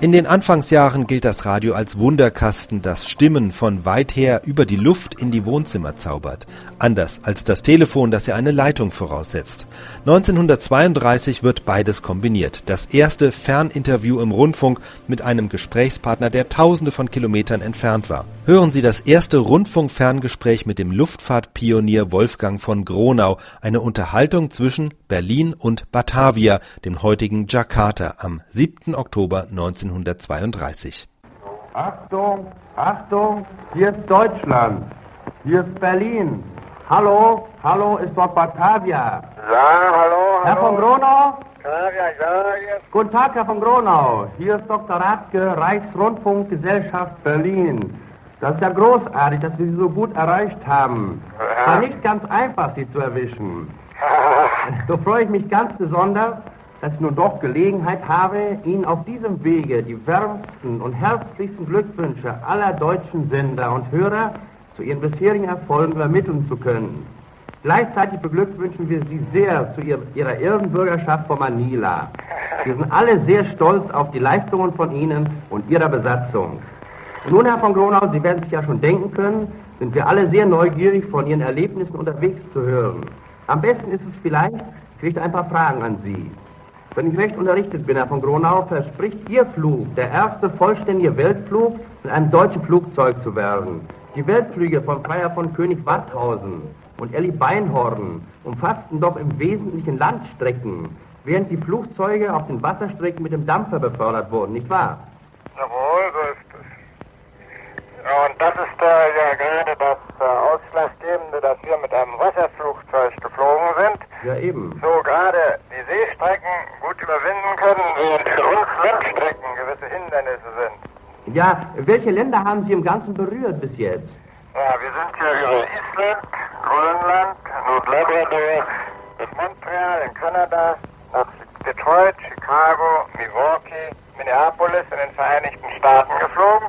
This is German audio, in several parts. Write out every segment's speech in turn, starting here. In den Anfangsjahren gilt das Radio als Wunderkasten, das Stimmen von weit her über die Luft in die Wohnzimmer zaubert. Anders als das Telefon, das ja eine Leitung voraussetzt. 1932 wird beides kombiniert. Das erste Ferninterview im Rundfunk mit einem Gesprächspartner, der tausende von Kilometern entfernt war. Hören Sie das erste Rundfunkferngespräch mit dem Luftfahrtpionier Wolfgang von Gronau, eine Unterhaltung zwischen Berlin und Batavia, dem heutigen Jakarta, am 7. Oktober 1932. Achtung, Achtung, hier ist Deutschland. Hier ist Berlin. Hallo, hallo, ist dort Batavia. Ja, hallo, Herr von Gronau? Claudia, ja, jetzt. Guten Tag, Herr von Gronau. Hier ist Dr. Radke, Reichsrundfunkgesellschaft Berlin. Das ist ja großartig, dass wir Sie so gut erreicht haben. War nicht ganz einfach, Sie zu erwischen. So freue ich mich ganz besonders, dass ich nun doch Gelegenheit habe, Ihnen auf diesem Wege die wärmsten und herzlichsten Glückwünsche aller deutschen Sender und Hörer zu Ihren bisherigen Erfolgen übermitteln zu können. Gleichzeitig beglückwünschen wir Sie sehr zu Ihr- Ihrer Ehrenbürgerschaft von Manila. Wir sind alle sehr stolz auf die Leistungen von Ihnen und Ihrer Besatzung. Und nun, Herr von Gronau, Sie werden sich ja schon denken können, sind wir alle sehr neugierig, von Ihren Erlebnissen unterwegs zu hören. Am besten ist es vielleicht, ich richte ein paar Fragen an Sie. Wenn ich recht unterrichtet bin, Herr von Gronau, verspricht Ihr Flug, der erste vollständige Weltflug, mit einem deutschen Flugzeug zu werden. Die Weltflüge von Freier von König Warthausen und Elli Beinhorn umfassten doch im Wesentlichen Landstrecken, während die Flugzeuge auf den Wasserstrecken mit dem Dampfer befördert wurden, nicht wahr? Jawohl, so ist es. Ja, und das ist äh, ja gerade das äh, Ausschlaggebende, dass wir mit einem Wasserflugzeug geflogen sind. Ja, eben. So gerade die Seestrecken gut überwinden können, während für uns Landstrecken gewisse Hindernisse sind. Ja, welche Länder haben Sie im Ganzen berührt bis jetzt? Ja, wir sind ja über Island, Grönland, Nordlabrador, bis Montreal in Kanada, nach Detroit, Chicago, Milwaukee, Minneapolis in den Vereinigten Staaten geflogen.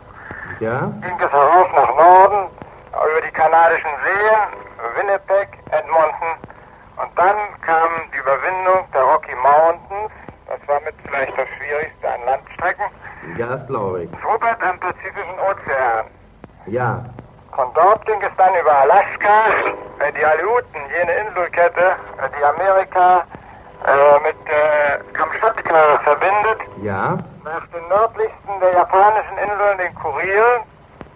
Ja? ging es herauf nach Norden, über die Kanadischen Seen, Winnipeg, Edmonton. Und dann kam die Überwindung der Rocky Mountains. Das war mit vielleicht das Schwierigste an Landstrecken. Ja, das glaube ich. Schubert am Pazifischen Ozean. Ja. Von dort ging es dann über Alaska, äh, die Aleuten, jene Inselkette, äh, die Amerika äh, mit äh, Kamtschatka verbindet Ja? nach den nördlichsten der japanischen Inseln, den Kurilen,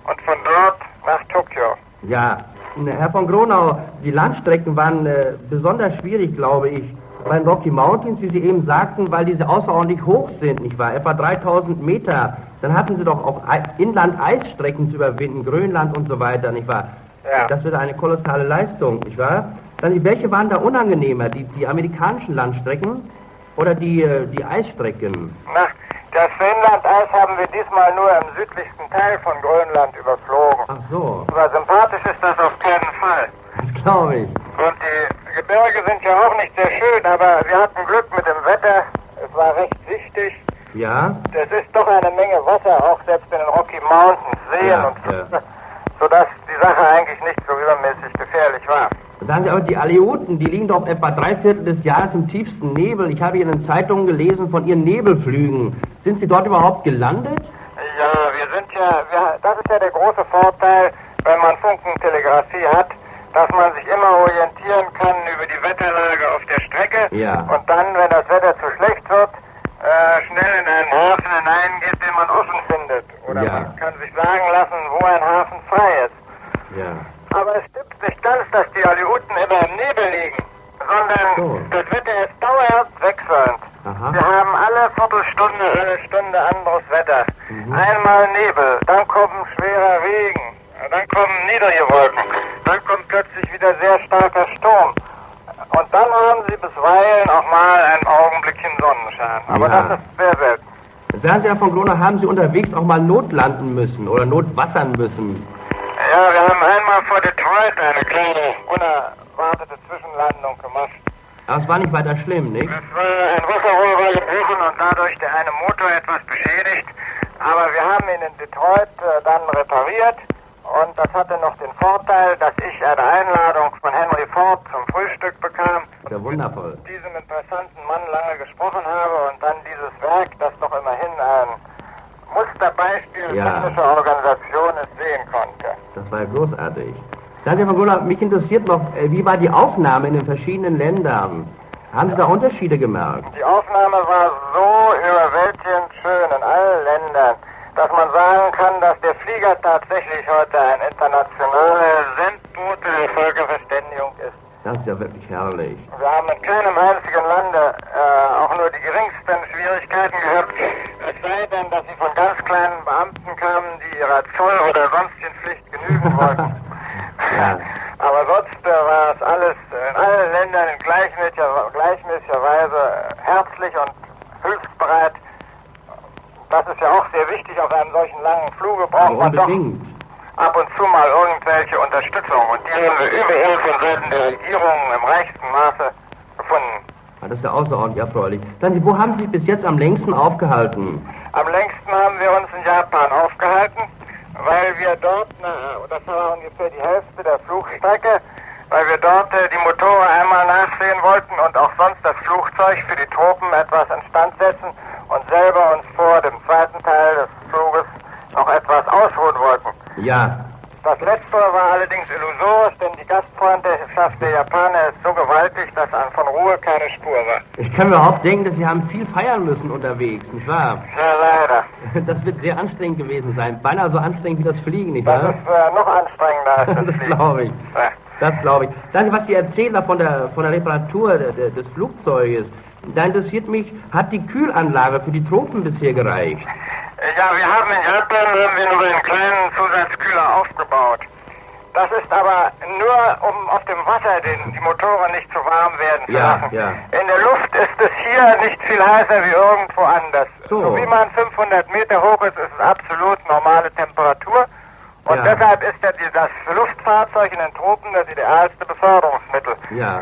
und von dort nach Tokio. Ja, Herr von Gronau, die Landstrecken waren äh, besonders schwierig, glaube ich. Bei den Rocky Mountains, wie Sie eben sagten, weil diese außerordentlich hoch sind, nicht wahr? Etwa 3000 Meter. Dann hatten Sie doch auch Ei- Inland-Eisstrecken zu überwinden, Grönland und so weiter, nicht wahr? Ja. Das wird eine kolossale Leistung, nicht wahr? Dann, welche waren da unangenehmer? Die, die amerikanischen Landstrecken oder die, äh, die Eisstrecken? Na, das Finnland-Eis haben wir diesmal nur im südlichsten Teil von Grönland überflogen. Ach so, Aber sympathisch ist das auf keinen Fall. das glaube ich. Und die Gebirge sind ja auch nicht sehr schön, aber wir hatten Glück mit dem Wetter. Es war recht sichtig. Ja? Es ist doch eine Menge Wasser, auch selbst in den Rocky Mountains, Seen Ja, und Flüsse, sodass die Sache eigentlich nicht so übermäßig gefährlich war. Sagen Sie, aber die Aleuten, die liegen doch etwa drei Viertel des Jahres im tiefsten Nebel. Ich habe hier in den Zeitungen gelesen von Ihren Nebelflügen. Sind Sie dort überhaupt gelandet? Ja, wir sind ja, wir, das ist ja der große Vorteil, wenn man Funkentelegrafie hat, dass man sich immer orientieren kann über die Wetterlage auf der Strecke Ja. und dann, wenn das Wetter zu schlecht wird, äh, schnell in einen Hafen hineingeht, den man offen findet. Oder Ja. man kann sich sagen lassen, wo ein Hafen frei ist. Ja. Aber es stimmt nicht ganz, dass die Aleuten immer im Nebel liegen, sondern So. das Wetter ist dauerhaft wechselnd. Aha. Wir haben alle Viertelstunde, alle Stunde anderes Wetter. Einmal Nebel, dann kommen schwerer Regen, Äh, dann kommen niedrige Wolken, dann kommt plötzlich wieder sehr starker Sturm. Und dann haben sie bisweilen auch mal einen Augenblickchen Sonnenschein. Aber Ja. das ist sehr selten. Sagen Sie, Herr von Gronau, haben Sie unterwegs auch mal notlanden müssen oder notwassern müssen? Ja, wir haben einmal vor Detroit eine kleine, unerwartete Zwischenlandung gemacht. Aber es war nicht weiter schlimm, nicht? Es war ein Wasserrohr war gebrochen und dadurch der eine Motor etwas beschädigt. Aber wir haben ihn in Detroit äh, dann repariert und das hatte noch den Vorteil, dass ich eine Einladung von Henry Ford zum Frühstück bekam, Ja, wundervoll. mit diesem interessanten Mann lange gesprochen habe und dann dieses Werk, das doch immerhin ein war großartig. Sag mal, Gunnar, mich interessiert noch, äh, wie war die Aufnahme in den verschiedenen Ländern? Haben Sie da Unterschiede gemerkt? Die Aufnahme war so überwältigend schön in allen Ländern, dass man sagen kann, dass der Flieger tatsächlich heute ein internationaler Sendbote der Völkerverständigung ist. Das ist ja wirklich herrlich. Wir Also haben in keinem einzigen Lande äh, auch nur die geringsten Schwierigkeiten gehabt, es sei denn, dass sie von ganz kleinen Beamten kamen, die ihrer Zoll- oder sonstigen Pflicht genügen wollten. Ja. Aber sonst äh, war es alles in allen Ländern in gleichmäßiger, gleichmäßiger Weise herzlich und hilfsbereit. Das ist ja auch sehr wichtig auf einem solchen langen Fluge, braucht Also man doch unbedingt. ab und zu mal irgendwelche Unterstützung. Und die haben wir überall von Seiten der Regierung im reichsten Maße gefunden. Ah, Das ist ja außerordentlich erfreulich. Sagen Sie, wo haben Sie sich bis jetzt am längsten aufgehalten? Am längsten haben wir uns in Japan aufgehalten, weil wir dort, na, das war ungefähr die Hälfte der Flugstrecke, weil wir dort äh, die Motoren einmal nachsehen wollten und auch sonst das Flugzeug für die Tropen etwas instand setzen und selber uns vor dem zweiten Teil des Fluges noch etwas ausruhen wollten. Ja, Das letzte war allerdings illusorisch, denn die Gastfreundschaft der Japaner ist so gewaltig, dass an von Ruhe keine Spur war. ich kann mir überhaupt denken, dass Sie haben viel feiern müssen unterwegs, nicht wahr? Ja, leider. Das wird sehr anstrengend gewesen sein. Beinahe so anstrengend wie das Fliegen, nicht Das wahr? ist äh, noch anstrengender als das Das Fliegen. glaube ich. Ja. Das glaube ich. Dann, was Sie erzählen da von der, von der Reparatur de, de, des Flugzeuges, da interessiert mich, hat die Kühlanlage für die Tropen bisher gereicht? Ja, wir haben in Japan haben wir nur einen kleinen Zusatzkühler aufgebaut. Das ist aber nur, um auf dem Wasser den, die Motoren nicht zu warm werden zu Ja, lassen. ja. In der Luft ist es hier nicht viel heißer wie irgendwo anders. So. wie man 500 Meter hoch ist, ist es absolut normale Temperatur. Und Ja. deshalb ist ja die, das Luftfahrzeug in den Tropen das idealste Beförderungsmittel. Ja.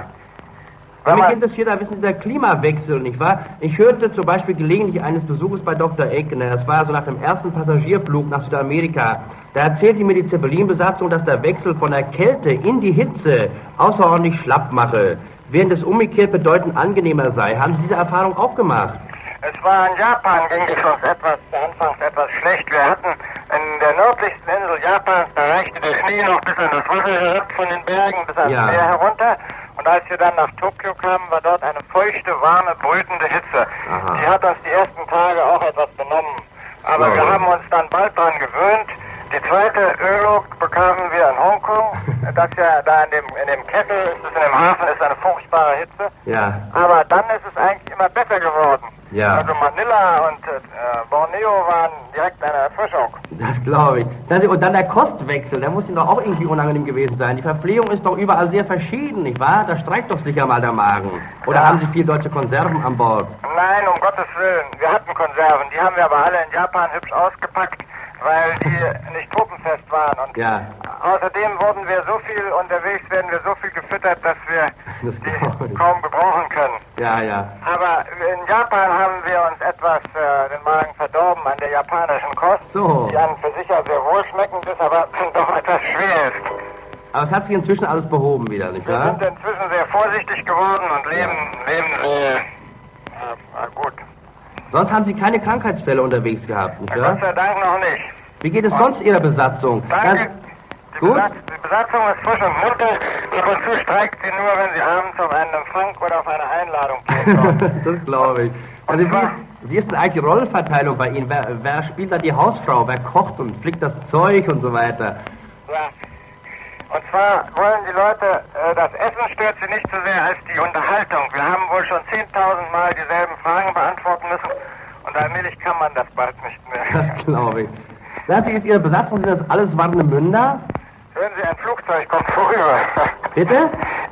Wenn Mich man- interessiert da wissen Sie, der Klimawechsel, nicht wahr? Ich hörte zum Beispiel gelegentlich eines Besuches bei Dr. Eckner, das war so nach dem ersten Passagierflug nach Südamerika. Da erzählte mir die Zeppelin-Besatzung, dass der Wechsel von der Kälte in die Hitze außerordentlich schlapp mache, während es umgekehrt bedeutend angenehmer sei. Haben Sie diese Erfahrung auch gemacht? Es war in Japan, ging es uns etwas, anfangs etwas schlecht. Wir hatten in der nördlichsten Insel Japans, da reichte der Schnee noch bis an das Wasser herab von den Bergen bis ans Ja. Meer herunter. Und als wir dann nach Tokio kamen, war dort eine feuchte, warme, brütende Hitze. Aha. Die hat uns die ersten Tage auch etwas benommen. Aber Ja. wir haben uns dann bald dran gewöhnt. Die zweite Ölung bekamen wir in Hongkong. Das ja da in dem, in dem Kessel, ist es in dem Hafen, ist eine furchtbare Hitze. Ja. Aber dann ist es eigentlich immer besser geworden. Ja. Also Manila und äh, Borneo waren direkt eine Erfrischung. Das glaube ich. Dann, und dann der Kostwechsel, der muss Ihnen doch auch irgendwie unangenehm gewesen sein. Die Verpflegung ist doch überall sehr verschieden, nicht wahr? Da streikt doch sicher mal der Magen. Oder haben Sie viel deutsche Konserven an Bord? Nein, um Gottes Willen. Wir hatten Konserven, die haben wir aber alle in Japan hübsch ausgepackt, weil die nicht truppenfest waren. Und Ja. außerdem wurden wir so viel unterwegs, werden wir so viel gefüttert, dass wir Das glaub die ich. kaum gebrauchen können. Ja, ja. Aber in Japan haben wir uns etwas äh, den Magen verdorben an der japanischen Kost, So. die an und für sich ja sehr wohlschmeckend ist, aber doch etwas schwer ist. Aber es hat sich inzwischen alles behoben wieder, nicht Wir wahr? sind inzwischen sehr vorsichtig geworden und leben, leben sehr äh, gut. Sonst haben Sie keine Krankheitsfälle unterwegs gehabt, nicht Ja? Gott wahr? sei Dank noch nicht. Wie geht es sonst Ihrer Besatzung? Danke. Die, gut. Besatz, die Besatzung ist frisch und munter. Ab und zu streikt sie nur, wenn sie abends auf einen Empfang oder auf eine Einladung gehen Ganz- soll. das glaube ich. Also Und zwar- wie, wie ist denn eigentlich die Rollenverteilung bei Ihnen? Wer, wer spielt da die Hausfrau? Wer kocht und flickt das Zeug und so weiter? ja. Und zwar wollen die Leute, äh, das Essen stört sie nicht so sehr als die Unterhaltung. Wir haben wohl schon 10.000 Mal dieselben Fragen beantworten müssen und allmählich kann man das bald nicht mehr. Das glaube ich. Sagen Sie, ist Ihre Besatzung, sind das alles warme Münder? Hören Sie, ein Flugzeug kommt vorüber. Bitte?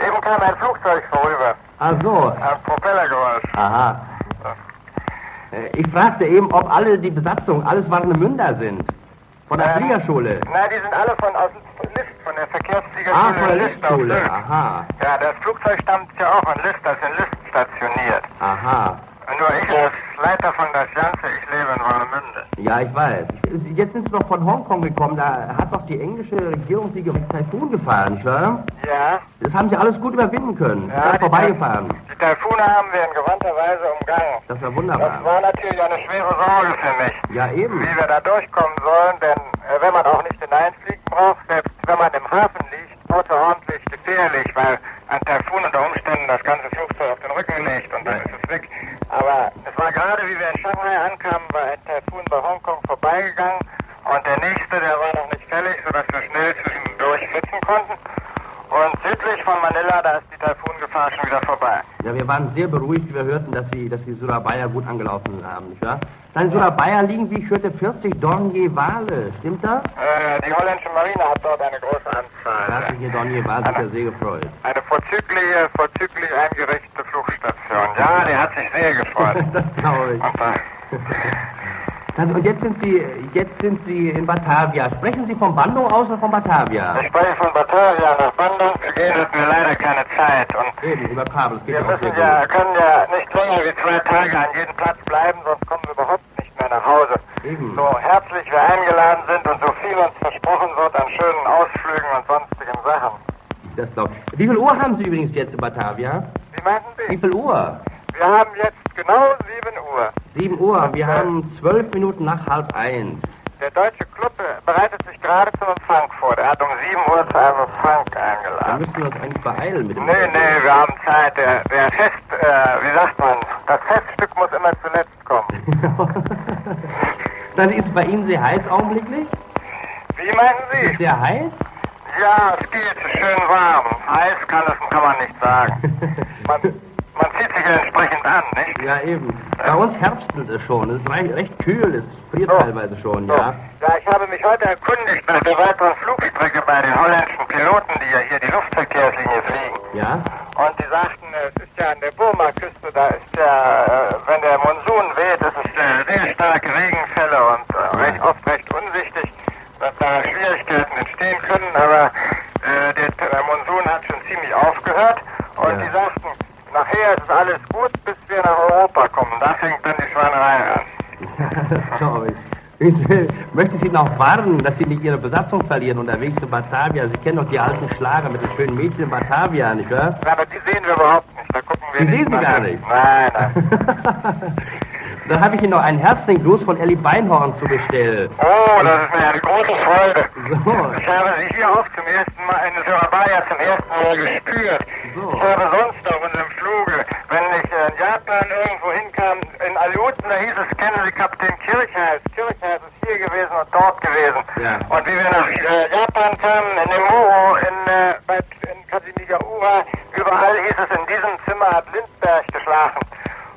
Eben kam ein Flugzeug vorüber. Ach so. Ein Propellergeräusch. Aha. Äh, Ich fragte eben, ob alle die Besatzung, alles warme Münder sind. Von der Ähm, Fliegerschule. Na, die sind alle von aus List, von der Verkehrsfliegerschule Ah, von der List auf Lichtschule. Sylt. Aha, Ja, das Flugzeug stammt ja auch von List, das ist in List stationiert. aha. Und nur ich als Leiter von das Ganze, ich lebe in Warnemünde. Ja, ich weiß. Jetzt sind Sie doch von Hongkong gekommen. Da hat doch die englische Regierung Sie mit Taifun gefahren, nicht wahr? Ja, Das haben Sie alles gut überwinden können. Ja, Ja, die- ist vorbeigefahren. die Taifune haben wir in gewandter Weise umgangen. Das war Das wunderbar. war natürlich eine schwere Sorge für mich. Ja, eben. wie wir da durchkommen sollen, denn äh, wenn man auch nicht hineinfliegen braucht, selbst wenn man Ja, es war gerade, wie wir in Shanghai ankamen, war ein Taifun bei Hongkong vorbeigegangen und der nächste, der war noch nicht fällig, sodass wir schnell zwischendurch sitzen konnten. Und südlich von Manila, da ist die Taifungefahr schon wieder vorbei. Ja, wir waren sehr beruhigt, wir hörten, dass Sie, dass Sie Surabaya gut angelaufen haben, nicht wahr? Da in Surabaya liegen, wie ich hörte, 40 Dornier Wale, stimmt das? Äh, die holländische Marine hat dort eine große Anzahl. Da hat sich Ihr Dornier Wale sicher sehr gefreut. Eine vorzügliche, vorzüglich eingerichtete Flugstation. Ja, die hat sich sehr gefreut. Das glaube ich. Und äh, dann, Dann, und jetzt sind Sie, jetzt sind Sie in Batavia. Sprechen Sie von Bandung aus oder von Batavia? ich spreche von Batavia nach Bandung. Zu gehen hat mir leider keine Zeit. Und Eben, über Kabel, es geht wir auch sehr müssen gut. ja, können ja nicht länger wie zwei Tage an jedem Platz bleiben, sonst kommen wir überhaupt nicht mehr nach Hause. Eben. So herzlich wir eingeladen sind und so viel uns versprochen wird an schönen Ausflügen und sonstigen Sachen. Das glaube ich. Wie viel Uhr haben Sie übrigens jetzt in Batavia? Wie meinten Wie Sie? viel Uhr? Wir haben jetzt genau 7 Uhr. 7 Uhr. Wir haben zwölf Minuten nach halb eins. Der deutsche Club äh, bereitet sich gerade zum Empfang vor. Er hat um 7 Uhr zu einem Empfang Da eingeladen. müssen wir uns eigentlich beeilen mit dem. Ah. Nee, nee, wir haben Zeit. Der, der Fest, äh, wie sagt man, das Feststück muss immer zuletzt kommen. Dann ist es bei Ihnen sehr heiß augenblicklich. Wie meinen Sie? Sehr heiß. Ja, es geht schön warm. Heiß kann, es, kann man nicht sagen. Man, man zieht sich ja entsprechend an, nicht? Ja, eben. Bei uns herbstelt es schon. Es ist recht, recht kühl. Es friert So. teilweise schon, So. ja. Ja, ich habe mich heute erkundigt nach der weiteren Flugstrecke bei den holländischen Piloten, die ja hier die Luftverkehrslinie fliegen. Ja. Und die sagten, es ist ja an der Burma-Küste, da ist ja, äh, wenn der Monsun weht, ist es äh, sehr starke Regenfälle und äh, recht, oft recht unsichtig, dass da Schwierigkeiten entstehen können. Aber äh, der, der Monsun hat schon ziemlich aufgehört und Ja. die sagten, nachher ist alles gut, bis wir nach Europa kommen. Da fängt dann die Schweinerei an. das glaube ich. Ich äh, möchte Sie noch warnen, dass Sie nicht Ihre Besatzung verlieren unterwegs zu Batavia. Sie kennen doch die alten Schlager mit den schönen Mädchen in Batavia, nicht wahr? Na, Aber die sehen wir überhaupt nicht. Da gucken wir Die nicht sehen Sie mal gar hin. nicht? Nein, nein. Dann habe ich Ihnen noch einen herzlichen Gruß von Elli Beinhorn zu bestellen. Oh, das ist mir eine große Freude. So. Ich habe sie hier auch zum ersten Mal in Surabaya zum ersten Mal gespürt. So. Ich habe sonst auf unserem Fluge, wenn ich äh, in Japan irgendwo hinkam, in Aleuten, da hieß es, kennen Sie Kapitän Kirchheiß. Kirchheiß ist hier gewesen und dort gewesen. Ja. Und wie wir nach äh, Japan kamen, in Nemuro, in, äh, bei, in Kasimigaura, überall hieß es, in diesem Zimmer hat Lindbergh geschlafen.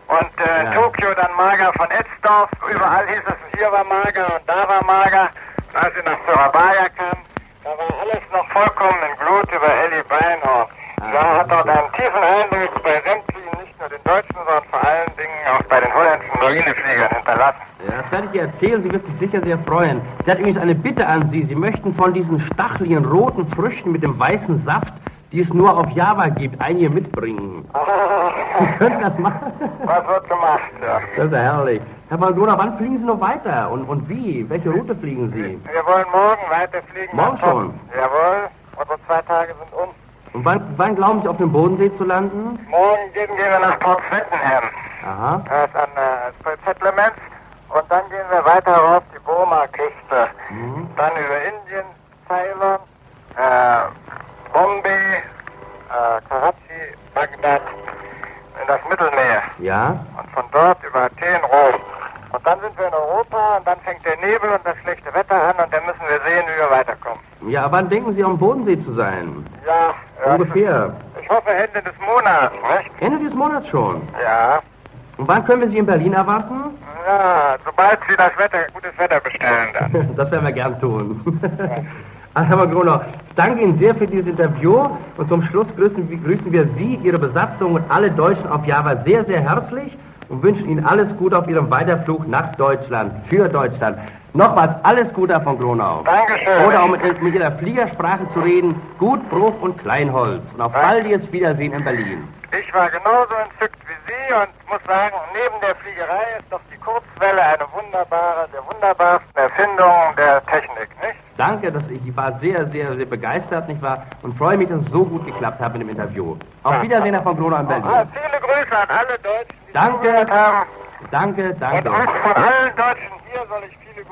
Und äh, Ja. Tokio dann Mager von Etzdorf, überall hieß es, hier war Mager und da war Mager. Und als sie nach Surabaya kamen, da war alles noch vollkommen in Glut über Elli Beinhorn. Da hat dort einen tiefen Eindruck bei sämtlichen, nicht nur den Deutschen, sondern vor allen Dingen auch bei den holländischen Marinefliegern hinterlassen. Ja, das werde ich ihr erzählen. Sie wird sich sicher sehr freuen. Sie hat übrigens eine Bitte an Sie. Sie möchten von diesen stacheligen roten Früchten mit dem weißen Saft, die es nur auf Java gibt, einige mitbringen. Sie können das machen. Was wird gemacht, ja. Das ist ja herrlich. Herr Bandura, wann fliegen Sie noch weiter? Und, und wie? Welche Route fliegen Sie? Wir wollen morgen weiterfliegen. Morgen nach Bonn. schon? Jawohl, unsere zwei Tage sind um. Und wann, wann glauben Sie, auf dem Bodensee zu landen? Morgen gehen wir nach Port Swettenham. Aha. Das ist an äh, Settlements. Und dann gehen wir weiter rauf die Burma-Küste. Mhm. Dann über Indien, Ceylon, äh, Bombay, äh, Karachi, Bagdad, in das Mittelmeer. Ja? Und von dort über Athen, Rom. Und dann sind wir in Europa und dann fängt der Nebel und das schlechte Wetter an und dann müssen wir sehen, wie wir weiterkommen. Ja, wann denken Sie, am Bodensee zu sein? Ja, äh, Ungefähr. ich hoffe Ende des Monats, nicht? Ende des Monats schon. Ja. Und wann können wir Sie in Berlin erwarten? Ja, sobald Sie das Wetter, gutes Wetter bestellen dann. Das werden wir gern tun. Ah, Herr Magruno, ich danke Ihnen sehr für dieses Interview und zum Schluss grüßen, grüßen wir Sie, Ihre Besatzung und alle Deutschen auf Java sehr, sehr herzlich und wünschen Ihnen alles Gute auf Ihrem Weiterflug nach Deutschland, für Deutschland. Nochmals alles Gute, Herr von Grunau. Dankeschön. Oder um mit, mit Ihrer Fliegersprache zu reden, gut, Bruch und Kleinholz. Und auf baldiges Wiedersehen in Berlin. Ich war genauso entzückt wie Sie und muss sagen, neben der Fliegerei ist doch die Kurzwelle eine wunderbare, der wunderbarsten Erfindung der Technik, nicht? Danke, dass ich war sehr, sehr, sehr begeistert, nicht wahr? Und freue mich, dass es so gut geklappt hat mit dem Interview. Auf Wiedersehen, Herr von Grunau in Berlin. Ah, viele Grüße an alle Deutschen, die Danke. zugehört haben. Danke, Und danke. auch von allen Deutschen hier soll ich viele